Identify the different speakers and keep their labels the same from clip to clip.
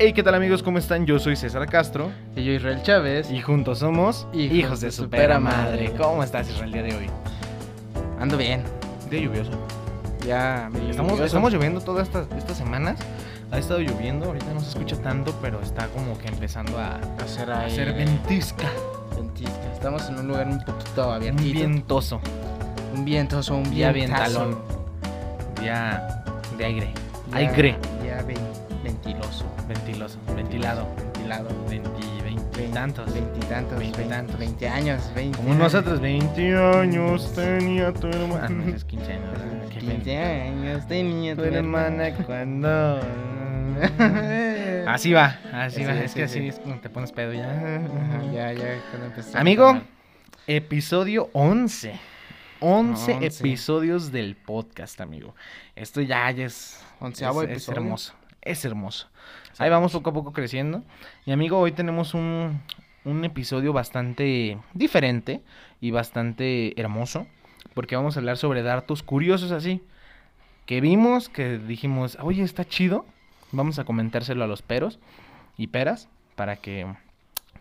Speaker 1: Hey, ¿qué tal amigos? ¿Cómo están? Yo soy César Castro
Speaker 2: Y yo, Israel Chávez.
Speaker 1: y juntos somos
Speaker 2: Hijos de su pera madre.
Speaker 1: ¿Cómo estás Israel el día de hoy?
Speaker 2: Ando bien.
Speaker 1: Día lluvioso.
Speaker 2: Ya. medio
Speaker 1: Estamos,
Speaker 2: nervioso.
Speaker 1: estamos lloviendo todas estas, estas semanas. Ha estado lloviendo, ahorita no se escucha tanto, pero está como que empezando a
Speaker 2: A hacer
Speaker 1: a
Speaker 2: ahí-
Speaker 1: hacer ventisca.
Speaker 2: ventisca. Estamos en un lugar un poquito
Speaker 1: Un
Speaker 2: abiertito.
Speaker 1: vientoso.
Speaker 2: Un vientoso, un
Speaker 1: Ya
Speaker 2: vientazo.
Speaker 1: vientalón. Ya de aire.
Speaker 2: Ya-
Speaker 1: Aire.
Speaker 2: Ya ven- ventiloso.
Speaker 1: Ventiloso. Ventilado.
Speaker 2: Ventilado.
Speaker 1: Veinti, veintitantos. Veintitantos.
Speaker 2: Veintitantos. Veintitantos. Veinte años. Veinte.
Speaker 1: Como nosotros, 20 años tenía tu Ah, hermana. Ah, no, eso es 15 años. ¿verdad? Qué
Speaker 2: Quince
Speaker 1: pena.
Speaker 2: años tenía
Speaker 1: Tu hermana cuando.
Speaker 2: Así.
Speaker 1: Así va, así
Speaker 2: Sí,
Speaker 1: va.
Speaker 2: sí,
Speaker 1: es que así
Speaker 2: sí.
Speaker 1: es como te pones pedo ya.
Speaker 2: Ya, ya. Cuando empezó a
Speaker 1: Amigo,
Speaker 2: tomar.
Speaker 1: episodio 11. 11
Speaker 2: Once.
Speaker 1: episodios del podcast, amigo. Esto ya, ya es,
Speaker 2: Onceavo
Speaker 1: es- es
Speaker 2: episodio.
Speaker 1: hermoso. Es hermoso. Ahí vamos poco a poco creciendo. Y amigo, hoy tenemos un, un episodio bastante diferente y bastante hermoso. Porque vamos a hablar sobre datos curiosos así. Que vimos, que dijimos, oye, está chido. Vamos a comentárselo a los peros y peras para que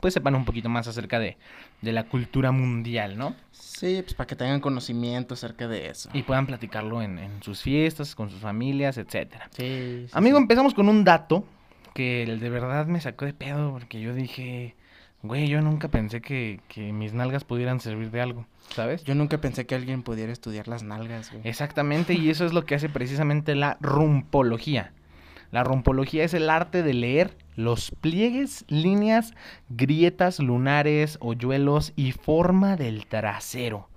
Speaker 1: pues sepan un poquito más acerca de, de la cultura mundial, ¿no?
Speaker 2: Sí, pues para que tengan conocimiento acerca de eso.
Speaker 1: Y puedan platicarlo en, en sus fiestas, con sus familias, etcétera.
Speaker 2: Sí, sí,
Speaker 1: Amigo,
Speaker 2: sí.
Speaker 1: empezamos con un dato que el de verdad me sacó de pedo porque yo dije, güey, yo nunca pensé que, que mis nalgas pudieran servir de algo, ¿sabes?
Speaker 2: Yo nunca pensé que alguien pudiera estudiar las nalgas,
Speaker 1: Eh,
Speaker 2: güey.
Speaker 1: Exactamente, y eso es lo que hace precisamente la rumpología. La rumpología es el arte de leer los pliegues, líneas, grietas, lunares, hoyuelos y forma del trasero.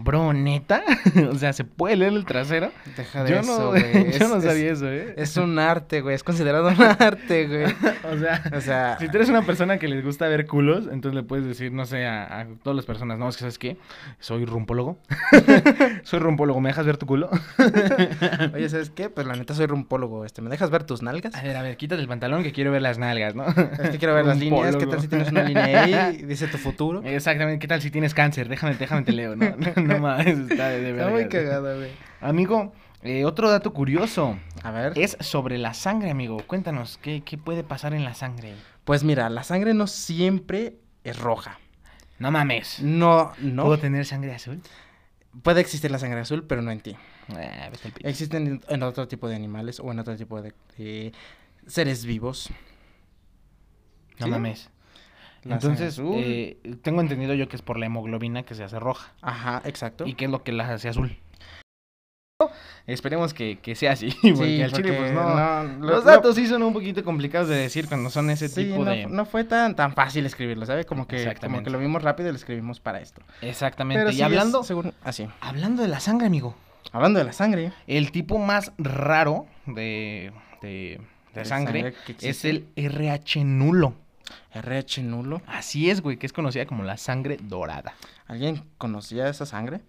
Speaker 1: Bro, neta, o sea, ¿se puede leer el trasero?
Speaker 2: Deja de
Speaker 1: yo
Speaker 2: eso,
Speaker 1: no,
Speaker 2: güey.
Speaker 1: yo
Speaker 2: Es-
Speaker 1: no
Speaker 2: es-
Speaker 1: sabía eso, ¿eh?
Speaker 2: Es un arte, güey. Es considerado un arte, güey.
Speaker 1: o sea,
Speaker 2: O sea,
Speaker 1: Si tú eres una persona que les gusta ver culos, entonces le puedes decir, no sé, a, a todas las personas, no, es que sabes qué, soy rumpólogo. soy rumpólogo, ¿me dejas ver tu culo?
Speaker 2: oye, ¿sabes qué? Pues la neta soy rumpólogo. Este, ¿me dejas ver tus nalgas?
Speaker 1: A ver, a ver, quítate el pantalón que quiero ver las nalgas, ¿no?
Speaker 2: Es que quiero ver las líneas. ¿Qué tal si tienes una línea ahí? Dice tu futuro.
Speaker 1: Eh, Exactamente, ¿qué tal si tienes cáncer? Déjame, déjame te leo, ¿no? No, no mames, está de, de
Speaker 2: Está muy
Speaker 1: vergas.
Speaker 2: cagada, güey.
Speaker 1: Amigo, eh, otro dato curioso
Speaker 2: A ver.
Speaker 1: es sobre la sangre, amigo. Cuéntanos, ¿qué, qué puede pasar en la sangre?
Speaker 2: Pues mira, la sangre no siempre es roja.
Speaker 1: No mames.
Speaker 2: No, no.
Speaker 1: ¿Puedo tener sangre azul?
Speaker 2: Puede existir la sangre azul, pero no en ti.
Speaker 1: Ah, vete al pito.
Speaker 2: Existen en- en otro tipo de animales o en otro tipo de, de seres vivos.
Speaker 1: No
Speaker 2: ¿Sí?
Speaker 1: mames.
Speaker 2: La
Speaker 1: Entonces,
Speaker 2: sangre azul.
Speaker 1: eh, tengo entendido yo que es por la hemoglobina que se hace roja.
Speaker 2: Ajá, exacto.
Speaker 1: ¿Y qué es lo que la hace azul?
Speaker 2: Oh,
Speaker 1: Esperemos que, que sea así, porque
Speaker 2: Sí,
Speaker 1: al chile,
Speaker 2: porque
Speaker 1: pues no.
Speaker 2: no, lo-
Speaker 1: Los
Speaker 2: no-
Speaker 1: datos sí son un poquito complicados de decir cuando son ese
Speaker 2: sí,
Speaker 1: tipo
Speaker 2: no,
Speaker 1: de...
Speaker 2: no fue tan, tan fácil escribirlo, ¿sabes? Como que, como
Speaker 1: Exactamente.
Speaker 2: que lo vimos rápido y lo escribimos para esto.
Speaker 1: Exactamente. y
Speaker 2: sí es
Speaker 1: hablando,
Speaker 2: según- así.
Speaker 1: hablando de la sangre, amigo.
Speaker 2: Hablando de la sangre.
Speaker 1: El tipo más raro de, de- de sangre,
Speaker 2: que
Speaker 1: es
Speaker 2: existe.
Speaker 1: el RH nulo.
Speaker 2: RH nulo.
Speaker 1: Así es, güey, que es conocida como la sangre dorada.
Speaker 2: ¿Alguien conocía esa sangre?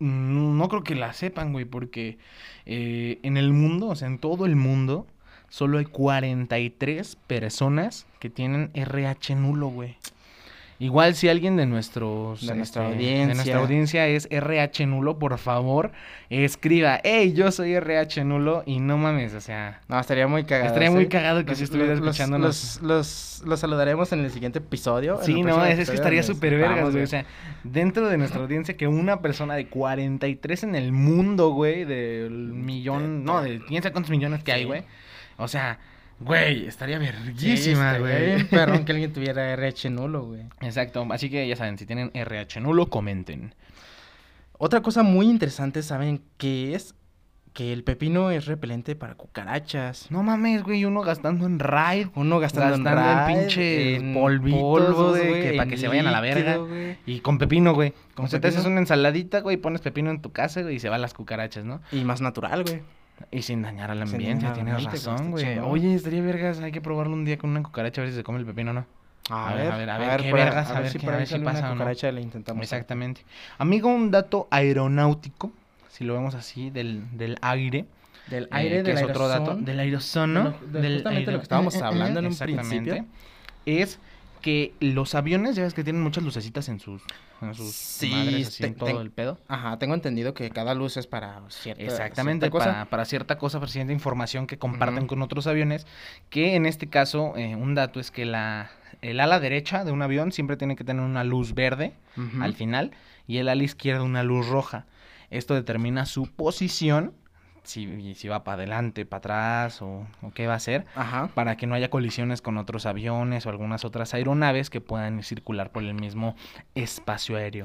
Speaker 1: Mm, No creo que la sepan, güey, porque eh, en el mundo, o sea, en todo el mundo, solo hay 43 personas que tienen RH nulo, güey. Igual si alguien de nuestros... este,
Speaker 2: De nuestra
Speaker 1: De nuestra
Speaker 2: audiencia.
Speaker 1: audiencia es RH nulo, por favor, escriba, hey, yo soy RH nulo y no mames, o sea...
Speaker 2: No, estaría muy cagado.
Speaker 1: Estaría muy
Speaker 2: ¿sí?
Speaker 1: cagado que si estuviera
Speaker 2: los-
Speaker 1: escuchándonos.
Speaker 2: Los, los, los saludaremos en el siguiente episodio. en
Speaker 1: Sí,
Speaker 2: el
Speaker 1: no,
Speaker 2: próximo
Speaker 1: es, es que
Speaker 2: episodio
Speaker 1: estaría
Speaker 2: donde
Speaker 1: súper vergas,
Speaker 2: sepamos,
Speaker 1: güey. O sea, dentro de nuestra audiencia, que una persona de 43 en el mundo, güey, del millón, no, de quién sabe cuántos millones que hay,
Speaker 2: Sí.
Speaker 1: güey. O sea, güey, estaría
Speaker 2: Sí,
Speaker 1: verguísima,
Speaker 2: estaría bien
Speaker 1: güey.
Speaker 2: perrón que alguien tuviera RH nulo, güey.
Speaker 1: Exacto, así que ya saben, si tienen RH nulo, comenten.
Speaker 2: Otra cosa muy interesante, ¿saben qué es? Que el pepino es repelente para cucarachas.
Speaker 1: No mames, güey, uno gastando en raid
Speaker 2: Uno gastando,
Speaker 1: Gastando en
Speaker 2: raid,
Speaker 1: pinches
Speaker 2: en
Speaker 1: polvitos, güey, que
Speaker 2: en
Speaker 1: para que se vayan a la verga.
Speaker 2: líquido, güey.
Speaker 1: y con pepino, güey.
Speaker 2: Con
Speaker 1: O sea, te haces
Speaker 2: pepino.
Speaker 1: una ensaladita, güey, pones pepino en tu casa, güey, y se van las cucarachas, ¿no?
Speaker 2: Y más natural, güey.
Speaker 1: Y sin dañar al
Speaker 2: Sin
Speaker 1: ambiente,
Speaker 2: dañar al
Speaker 1: tienes
Speaker 2: ambiente, güey,
Speaker 1: razón,
Speaker 2: está
Speaker 1: güey.
Speaker 2: chingón.
Speaker 1: Oye, estaría vergas, hay que probarlo un día con una cucaracha a ver si se come el pepino o no. A ver, a ver, a ver qué
Speaker 2: para-
Speaker 1: vergas, a ver
Speaker 2: si
Speaker 1: qué- a
Speaker 2: para
Speaker 1: ver si
Speaker 2: sale una
Speaker 1: pasa o no.
Speaker 2: cucaracha le intentamos.
Speaker 1: Exactamente. Amigo, un dato aeronáutico, si lo vemos así, del, del aire.
Speaker 2: Del
Speaker 1: eh,
Speaker 2: aire,
Speaker 1: que
Speaker 2: del
Speaker 1: es otro dato.
Speaker 2: aerosol.
Speaker 1: Del aerosono.
Speaker 2: de lo- de justamente lo que estábamos hablando en un principio.
Speaker 1: Es que los aviones, ya ves que tienen muchas lucecitas en sus, en sus
Speaker 2: Sí,
Speaker 1: madres, así,
Speaker 2: te-
Speaker 1: en todo
Speaker 2: te-
Speaker 1: el pedo.
Speaker 2: Ajá, tengo entendido que cada luz es para cierta
Speaker 1: Exactamente,
Speaker 2: cierta cosa.
Speaker 1: Para, para cierta cosa, para cierta información que comparten
Speaker 2: Ujú.
Speaker 1: con otros aviones, que en este caso, eh, un dato es que la, el ala derecha de un avión siempre tiene que tener una luz verde
Speaker 2: Ujú.
Speaker 1: al final y el ala izquierda una luz roja. Esto determina su posición, si, si va para adelante, para atrás o, o qué va a hacer,
Speaker 2: Ajá.
Speaker 1: para que no haya colisiones con otros aviones o algunas otras aeronaves que puedan circular por el mismo espacio aéreo.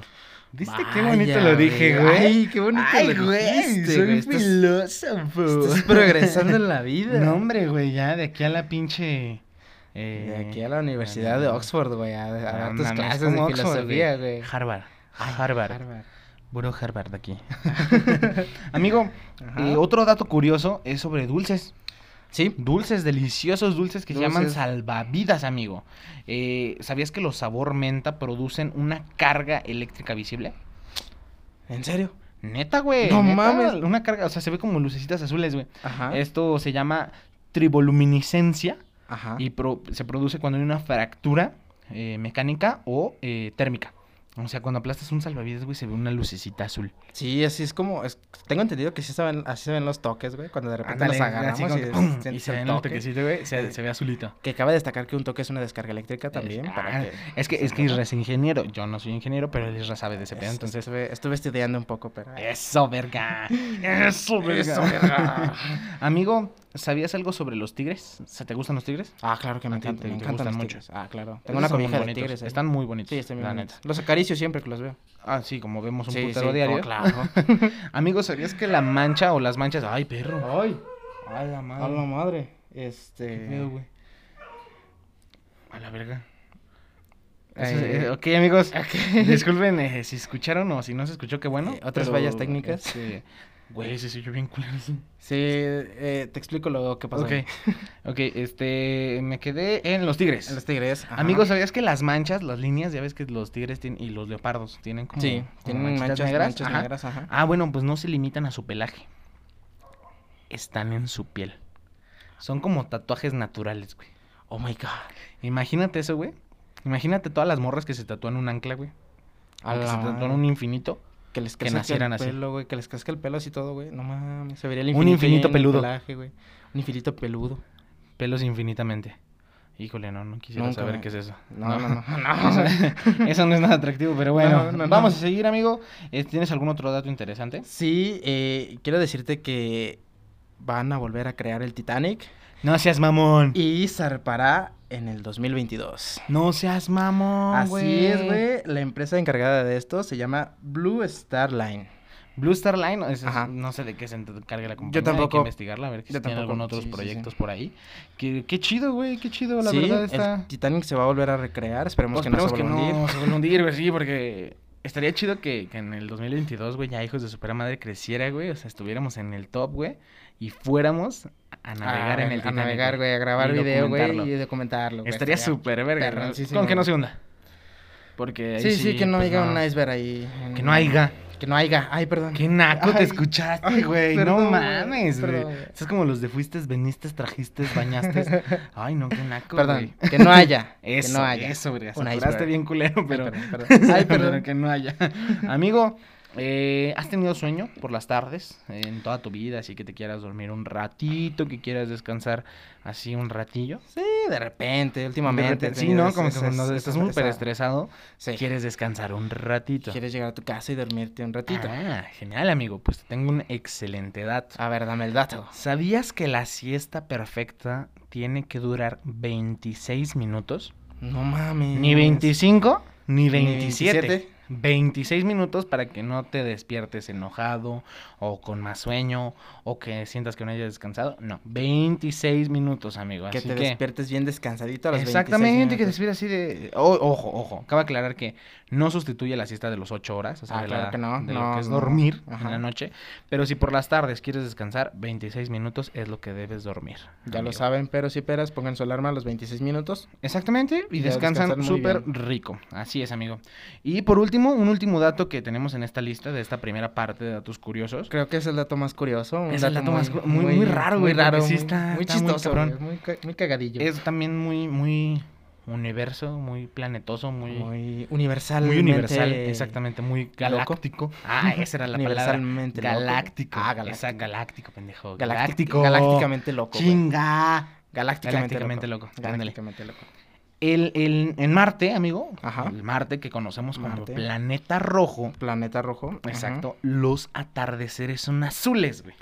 Speaker 1: ¿Viste qué bonito
Speaker 2: Vaya,
Speaker 1: lo dije, güey?
Speaker 2: Ay, qué bonito lo dijiste, güey. Estás-
Speaker 1: filósofo.
Speaker 2: estás progresando en la vida.
Speaker 1: No, hombre, güey, ya de aquí a la pinche... eh,
Speaker 2: De aquí a la Universidad de
Speaker 1: no, no.
Speaker 2: Oxford, güey, a, a dar tus
Speaker 1: mames,
Speaker 2: clases de
Speaker 1: como Oxford,
Speaker 2: filosofía, güey.
Speaker 1: Harvard.
Speaker 2: Ay,
Speaker 1: Harvard. Puro Harvard aquí. Amigo,
Speaker 2: Ajá.
Speaker 1: eh, otro dato curioso es sobre dulces.
Speaker 2: Sí.
Speaker 1: Dulces deliciosos, dulces que llaman
Speaker 2: Dulces.
Speaker 1: salvavidas, amigo. Eh, ¿Sabías que los sabor menta producen una carga eléctrica visible?
Speaker 2: ¿En serio?
Speaker 1: Neta, güey.
Speaker 2: No
Speaker 1: neta,
Speaker 2: mames. Ah.
Speaker 1: Una carga, o sea, se ve como lucecitas azules, güey.
Speaker 2: Ajá.
Speaker 1: Esto se llama triboluminiscencia
Speaker 2: Ajá.
Speaker 1: y pro- se produce cuando hay una fractura eh, mecánica o eh, térmica. O sea, cuando aplastas un salvavidas, güey, se ve una lucecita azul.
Speaker 2: Sí, así es como. es- tengo entendido que sí se ven, así se ven los toques, güey. Cuando de repente
Speaker 1: Ándale,
Speaker 2: los
Speaker 1: así
Speaker 2: agarramos
Speaker 1: como
Speaker 2: y,
Speaker 1: que
Speaker 2: es-
Speaker 1: ¡pum!
Speaker 2: sientes
Speaker 1: y se
Speaker 2: el
Speaker 1: ve en el
Speaker 2: toque.
Speaker 1: toquecito, güey, se, se ve azulito.
Speaker 2: Que cabe destacar que un toque es una descarga eléctrica también.
Speaker 1: Es,
Speaker 2: para
Speaker 1: ah,
Speaker 2: que,
Speaker 1: es que es que Isra es ingeniero. Yo no soy ingeniero, pero el Isra sabe de ese pedo,
Speaker 2: es-
Speaker 1: entonces...
Speaker 2: estuve, estuve estudiando un poco, pero.
Speaker 1: ¡Eso, verga! ¡Eso, verga!
Speaker 2: Eso, verga.
Speaker 1: Amigo, ¿sabías algo sobre los tigres? ¿Se te gustan los tigres?
Speaker 2: Ah, claro que me
Speaker 1: A ti
Speaker 2: encantan.
Speaker 1: te-
Speaker 2: Me
Speaker 1: te
Speaker 2: encantan
Speaker 1: gustan
Speaker 2: los
Speaker 1: mucho.
Speaker 2: tigres. Ah, claro.
Speaker 1: Esos
Speaker 2: Tengo una
Speaker 1: son bien
Speaker 2: cobija de
Speaker 1: bonitos,
Speaker 2: tigres. ahí.
Speaker 1: eh. Están muy bonitos.
Speaker 2: Sí, están bien
Speaker 1: la
Speaker 2: bonitos.
Speaker 1: neta.
Speaker 2: Los acaricio siempre que los veo.
Speaker 1: Ah, sí, como vemos un
Speaker 2: Sí,
Speaker 1: putero
Speaker 2: sí,
Speaker 1: diario.
Speaker 2: no, claro.
Speaker 1: Amigos, ¿sabías que la mancha o las manchas... ¡Ay, perro!
Speaker 2: Ay,
Speaker 1: ¡Ay, la
Speaker 2: a la madre. Este.
Speaker 1: Qué pedo, güey. Eh, A la verga.
Speaker 2: Eh,
Speaker 1: Eso es- eh, ok, amigos.
Speaker 2: ok.
Speaker 1: Disculpen eh, si escucharon o si no se escuchó, qué bueno.
Speaker 2: Eh, otras fallas técnicas.
Speaker 1: este, Güey, se soy yo bien culero.
Speaker 2: Sí, eh, te explico luego qué pasó.
Speaker 1: Ok. Ok, este. Me quedé en los tigres.
Speaker 2: En los tigres. este ajá.
Speaker 1: Amigos, eh, ¿sabías que las manchas, las líneas, ya ves que los tigres tienen- y los leopardos tienen como,
Speaker 2: Sí,
Speaker 1: como
Speaker 2: tienen
Speaker 1: manchitas
Speaker 2: manchas negras. Manchas
Speaker 1: Ajá.
Speaker 2: negras, ajá.
Speaker 1: Ah, bueno, pues no se limitan a su pelaje. Están en su piel. Son como tatuajes naturales, güey.
Speaker 2: Oh my god.
Speaker 1: Imagínate eso, güey. Imagínate todas las morras que se tatúan un ancla, güey. O
Speaker 2: A
Speaker 1: que
Speaker 2: la
Speaker 1: se tatúan
Speaker 2: madre.
Speaker 1: un infinito.
Speaker 2: Que les
Speaker 1: que
Speaker 2: crezca
Speaker 1: nacieran
Speaker 2: el
Speaker 1: así.
Speaker 2: pelo, güey. Que les crezca el pelo así todo, güey. No mames. Se vería el
Speaker 1: Un
Speaker 2: infinito. ahí
Speaker 1: infinito
Speaker 2: en el
Speaker 1: peludo.
Speaker 2: pelaje, güey. Un infinito peludo.
Speaker 1: Pelos infinitamente. Híjole, no, no quisiera
Speaker 2: Nunca,
Speaker 1: saber
Speaker 2: güey.
Speaker 1: qué es eso.
Speaker 2: No, no, no.
Speaker 1: Eso,
Speaker 2: no.
Speaker 1: eso no es nada atractivo, pero bueno.
Speaker 2: No, no, no.
Speaker 1: Vamos a seguir, amigo. Eh, ¿Tienes algún otro dato interesante?
Speaker 2: Sí, eh, quiero decirte que van a volver a crear el Titanic
Speaker 1: No seas mamón.
Speaker 2: y zarpará en el 2022.
Speaker 1: No seas mamón,
Speaker 2: Así
Speaker 1: güey.
Speaker 2: es, güey. La empresa encargada de esto se llama Blue Star Line.
Speaker 1: Blue Star Line, eso es-
Speaker 2: Ajá.
Speaker 1: no sé de qué se encarga la compañía. Hay que
Speaker 2: tampoco.
Speaker 1: investigarla, a ver si
Speaker 2: Yo
Speaker 1: tiene
Speaker 2: tampoco.
Speaker 1: algunos otros
Speaker 2: Sí, sí, sí.
Speaker 1: proyectos por ahí. Que, qué chido, güey, qué chido. La
Speaker 2: sí,
Speaker 1: verdad
Speaker 2: el
Speaker 1: está...
Speaker 2: Titanic se va a volver a recrear. Esperemos
Speaker 1: Pues
Speaker 2: que no se
Speaker 1: esperemos
Speaker 2: vuelva a hundir.
Speaker 1: se vuelva a hundir, güey, sí, porque estaría chido que, que en el 2022, güey, ya hijos de supera madre creciera, güey, o sea, estuviéramos en el top, güey, y fuéramos a navegar
Speaker 2: Ah,
Speaker 1: en el
Speaker 2: A
Speaker 1: Titanic,
Speaker 2: navegar, güey. A grabar
Speaker 1: y
Speaker 2: video, güey.
Speaker 1: documentarlo.
Speaker 2: Y documentarlo. güey,
Speaker 1: Estaría súper verga, ¿no?
Speaker 2: perroncísimo,
Speaker 1: con que no
Speaker 2: güey.
Speaker 1: se hunda. Porque ahí
Speaker 2: Sí, sí, que no
Speaker 1: pues,
Speaker 2: haya un iceberg ahí. en-
Speaker 1: Que no haya.
Speaker 2: Que no haya. Ay, perdón.
Speaker 1: Qué naco te
Speaker 2: Ay,
Speaker 1: escuchaste,
Speaker 2: ay,
Speaker 1: güey. No
Speaker 2: perdón, güey,
Speaker 1: mames, güey.
Speaker 2: perdón, güey.
Speaker 1: Estás como los de fuiste, veniste, trajiste, bañaste. Ay, no, qué naco.
Speaker 2: Perdón.
Speaker 1: güey.
Speaker 2: Que no haya.
Speaker 1: Eso,
Speaker 2: que no haya.
Speaker 1: eso, güey.
Speaker 2: Un
Speaker 1: Saturaste
Speaker 2: iceberg.
Speaker 1: bien culero, pero.
Speaker 2: Ay, perdón, perdón. Ay,
Speaker 1: pero
Speaker 2: perdón.
Speaker 1: que no haya. Amigo, eh, ¿has tenido sueño por las tardes eh, en toda tu vida? Así que te quieras dormir un ratito, que quieras descansar así un ratillo.
Speaker 2: Sí, de repente,
Speaker 1: De
Speaker 2: últimamente. he
Speaker 1: repente- sí,
Speaker 2: tenido
Speaker 1: ¿no?
Speaker 2: esa-
Speaker 1: Como que
Speaker 2: esa-
Speaker 1: cuando
Speaker 2: esa-
Speaker 1: estás
Speaker 2: esa-
Speaker 1: súper
Speaker 2: esa-
Speaker 1: estresado,
Speaker 2: Sí. Quieres,
Speaker 1: quieres descansar un ratito.
Speaker 2: llegar a tu casa y dormirte un ratito. Ah.
Speaker 1: Ah, genial, amigo. Pues te tengo un excelente dato.
Speaker 2: A ver, dame el dato.
Speaker 1: ¿Sabías que la siesta perfecta tiene que durar 26 minutos?
Speaker 2: No mames.
Speaker 1: Ni 25, ni
Speaker 2: Ni
Speaker 1: 27.
Speaker 2: 27.
Speaker 1: 26 minutos para que no te despiertes enojado o con más sueño o que sientas que no hayas descansado. No, 26 minutos, amigo.
Speaker 2: Que
Speaker 1: así
Speaker 2: te
Speaker 1: que...
Speaker 2: despiertes bien descansadito a los
Speaker 1: Exactamente, que te
Speaker 2: 26 minutos.
Speaker 1: despiertes así de... o- ojo, ojo. Cabe aclarar que no sustituye la siesta de los 8 horas, o sea,
Speaker 2: Ah,
Speaker 1: de,
Speaker 2: claro
Speaker 1: la-
Speaker 2: que no,
Speaker 1: de lo
Speaker 2: no,
Speaker 1: que es
Speaker 2: no.
Speaker 1: dormir en
Speaker 2: Ajá.
Speaker 1: la noche. Pero si por las tardes quieres descansar, 26 minutos es lo que debes dormir.
Speaker 2: Ya lo
Speaker 1: amigo.
Speaker 2: saben, pero si peras, pongan su alarma a los 26 minutos.
Speaker 1: Exactamente, y
Speaker 2: Ya
Speaker 1: descansan
Speaker 2: descansan muy
Speaker 1: súper
Speaker 2: bien.
Speaker 1: rico. Así es, amigo. Y por último, un último dato que tenemos en esta lista de esta primera parte de datos curiosos.
Speaker 2: Creo que es el dato más curioso. un
Speaker 1: Es el dato más cu- muy- muy raro,
Speaker 2: Muy
Speaker 1: güey, porque
Speaker 2: raro.
Speaker 1: sí
Speaker 2: muy-
Speaker 1: está-
Speaker 2: muy
Speaker 1: está muy
Speaker 2: chistoso,
Speaker 1: cabrón.
Speaker 2: güey, muy, ca- muy cagadillo.
Speaker 1: Es también muy, muy, universo, muy planetoso, muy, muy,
Speaker 2: Muy universal.
Speaker 1: universal, exactamente, muy galáctico. Ah, esa era la palabra.
Speaker 2: Universalmente loco.
Speaker 1: Galáctico.
Speaker 2: Ah,
Speaker 1: galáctico. Esa,
Speaker 2: galáctico.
Speaker 1: galáctico, pendejo. Galáctico.
Speaker 2: Galáctico. Galácticamente loco. güey.
Speaker 1: Chinga.
Speaker 2: Galácticamente,
Speaker 1: Galácticamente
Speaker 2: loco.
Speaker 1: loco, ándale.
Speaker 2: Galácticamente loco.
Speaker 1: El, el, en Marte, amigo,
Speaker 2: Ajá.
Speaker 1: el Marte que conocemos como
Speaker 2: Marte.
Speaker 1: planeta rojo,
Speaker 2: Planeta rojo. ajá.
Speaker 1: exacto, los atardeceres son azules, güey.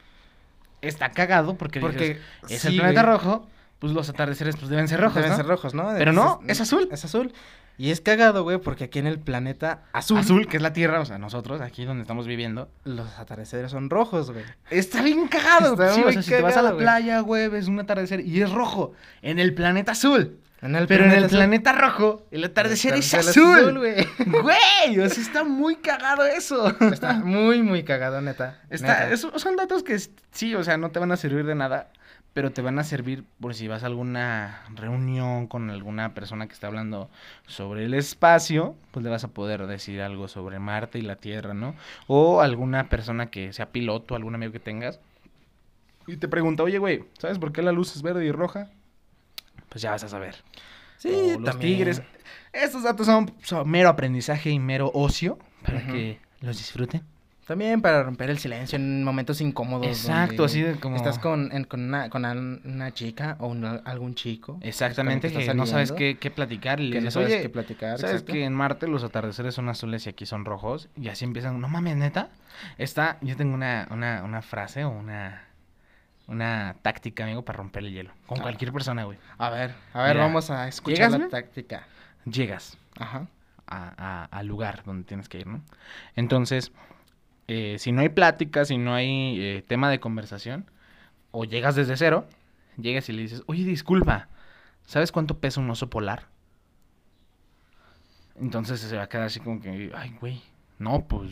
Speaker 1: Está cagado porque, dices,
Speaker 2: Porque
Speaker 1: es
Speaker 2: sí,
Speaker 1: el planeta
Speaker 2: güey,
Speaker 1: rojo, pues los atardeceres pues deben ser rojos,
Speaker 2: Deben
Speaker 1: ¿no?
Speaker 2: ser rojos, ¿no?
Speaker 1: Pero no,
Speaker 2: Entonces,
Speaker 1: es azul.
Speaker 2: Es azul. Y es cagado, güey, porque aquí en el planeta azul,
Speaker 1: azul. que es la Tierra, o sea, nosotros aquí donde estamos viviendo.
Speaker 2: los atardeceres son rojos, güey.
Speaker 1: Está bien cagado.
Speaker 2: Está
Speaker 1: sí, o
Speaker 2: muy
Speaker 1: sea, si te vas a la
Speaker 2: cagado, güey.
Speaker 1: playa, güey, ves un atardecer y es rojo en el planeta azul.
Speaker 2: En el
Speaker 1: Pero en el
Speaker 2: azul-
Speaker 1: planeta rojo, el atardecer es
Speaker 2: atardecer es azul,
Speaker 1: azul.
Speaker 2: güey.
Speaker 1: Güey, o sea, está muy cagado eso.
Speaker 2: Está muy, muy cagado, neta.
Speaker 1: Está,
Speaker 2: neta.
Speaker 1: es- son datos que s- sí, o sea, no te van a servir de nada, pero te van a servir por si vas a alguna reunión con alguna persona que está hablando sobre el espacio, pues le vas a poder decir algo sobre Marte y la Tierra, ¿no? O alguna persona que sea piloto, algún amigo que tengas, y te pregunta, oye, güey, ¿sabes por qué la luz es verde y roja? Pues ya vas a saber.
Speaker 2: Sí,
Speaker 1: O los
Speaker 2: también.
Speaker 1: tigres. Estos datos son, son mero aprendizaje y mero ocio para
Speaker 2: Ujú.
Speaker 1: que los disfruten.
Speaker 2: También para romper el silencio en momentos incómodos.
Speaker 1: Exacto,
Speaker 2: donde
Speaker 1: así de como-
Speaker 2: Estás con, en- con una, con al- una chica o un- algún chico.
Speaker 1: Exactamente,
Speaker 2: con el
Speaker 1: que,
Speaker 2: estás
Speaker 1: no sabes qué,
Speaker 2: saliendo,
Speaker 1: qué platicar. Y
Speaker 2: que
Speaker 1: le
Speaker 2: no
Speaker 1: dices,
Speaker 2: sabes
Speaker 1: oye,
Speaker 2: qué platicar.
Speaker 1: ¿sabes
Speaker 2: exacto.
Speaker 1: que en Marte los atardeceres son azules y aquí son rojos? Y así empiezan, no mames, neta. Está, yo tengo una, una, una frase o una, una táctica, amigo, para romper el hielo. Con
Speaker 2: Ah.
Speaker 1: cualquier persona, güey.
Speaker 2: A ver, a ver,
Speaker 1: Mira,
Speaker 2: vamos a escuchar
Speaker 1: ¿llegas,
Speaker 2: la
Speaker 1: güey?
Speaker 2: táctica.
Speaker 1: Llegas
Speaker 2: Ajá.
Speaker 1: a- a- al lugar donde tienes que ir, ¿no? Entonces, eh, si no hay plática, si no hay eh, tema de conversación, o llegas desde cero, llegas y le dices, oye, disculpa, ¿sabes cuánto pesa un oso polar? Entonces se va a quedar así como que, ay, güey, no, pues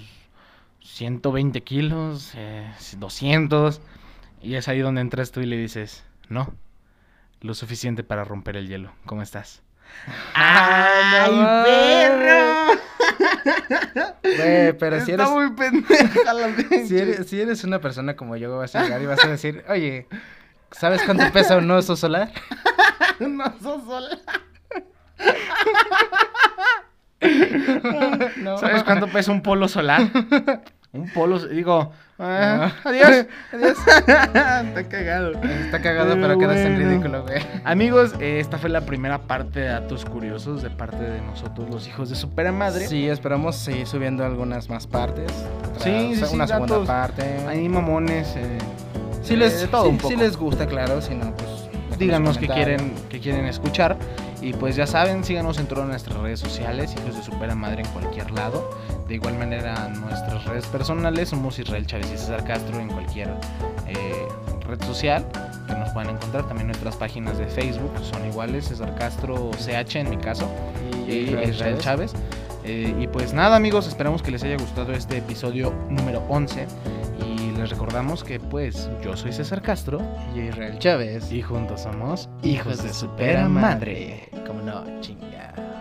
Speaker 1: 120 kilos, eh, 200. Y es ahí donde entras tú y le dices, no, lo suficiente para romper el hielo, ¿cómo estás?
Speaker 2: ¡Ay, no
Speaker 1: perro!
Speaker 2: Güey, Eh, pero si
Speaker 1: Está
Speaker 2: eres,
Speaker 1: muy pendeja la
Speaker 2: si,
Speaker 1: pinche.
Speaker 2: eres, si eres una persona como yo, vas a llegar y vas a decir, oye, ¿sabes cuánto pesa un oso solar?
Speaker 1: No sos sola.
Speaker 2: No.
Speaker 1: ¿Sabes cuánto pesa un polo solar? Un polo, so- digo, ah,
Speaker 2: No.
Speaker 1: adiós.
Speaker 2: Adiós.
Speaker 1: Está cagado.
Speaker 2: Está cagado,
Speaker 1: Pero
Speaker 2: pero quedas en
Speaker 1: bueno.
Speaker 2: ridículo, güey.
Speaker 1: Amigos, eh, esta fue la primera parte de datos curiosos de parte de nosotros, los hijos de Supermadre.
Speaker 2: Sí, esperamos seguir subiendo algunas más partes. Otra-
Speaker 1: Sí, sí, sí,
Speaker 2: Una segunda
Speaker 1: datos.
Speaker 2: parte.
Speaker 1: Hay mamones. eh,
Speaker 2: Si les,
Speaker 1: eh, de todo
Speaker 2: sí-
Speaker 1: un poco.
Speaker 2: sí les gusta, claro, si no, pues... déjanos
Speaker 1: díganos
Speaker 2: un
Speaker 1: qué
Speaker 2: comentario.
Speaker 1: quieren, qué quieren escuchar. Y pues ya saben, síganos en todas nuestras redes sociales, hijos de supera madre en cualquier lado. De igual manera, nuestras redes personales, somos Israel Chávez y César Castro en cualquier eh, red social que nos puedan encontrar. También nuestras páginas de Facebook son iguales, César Castro CH en mi caso
Speaker 2: Y,
Speaker 1: y Israel Chávez. Eh, y pues nada amigos, esperamos que les haya gustado este episodio número 11 y les recordamos que pues yo soy César Castro
Speaker 2: Y Israel Chávez.
Speaker 1: y juntos somos
Speaker 2: Hijos de supera madre. Como no, chinga.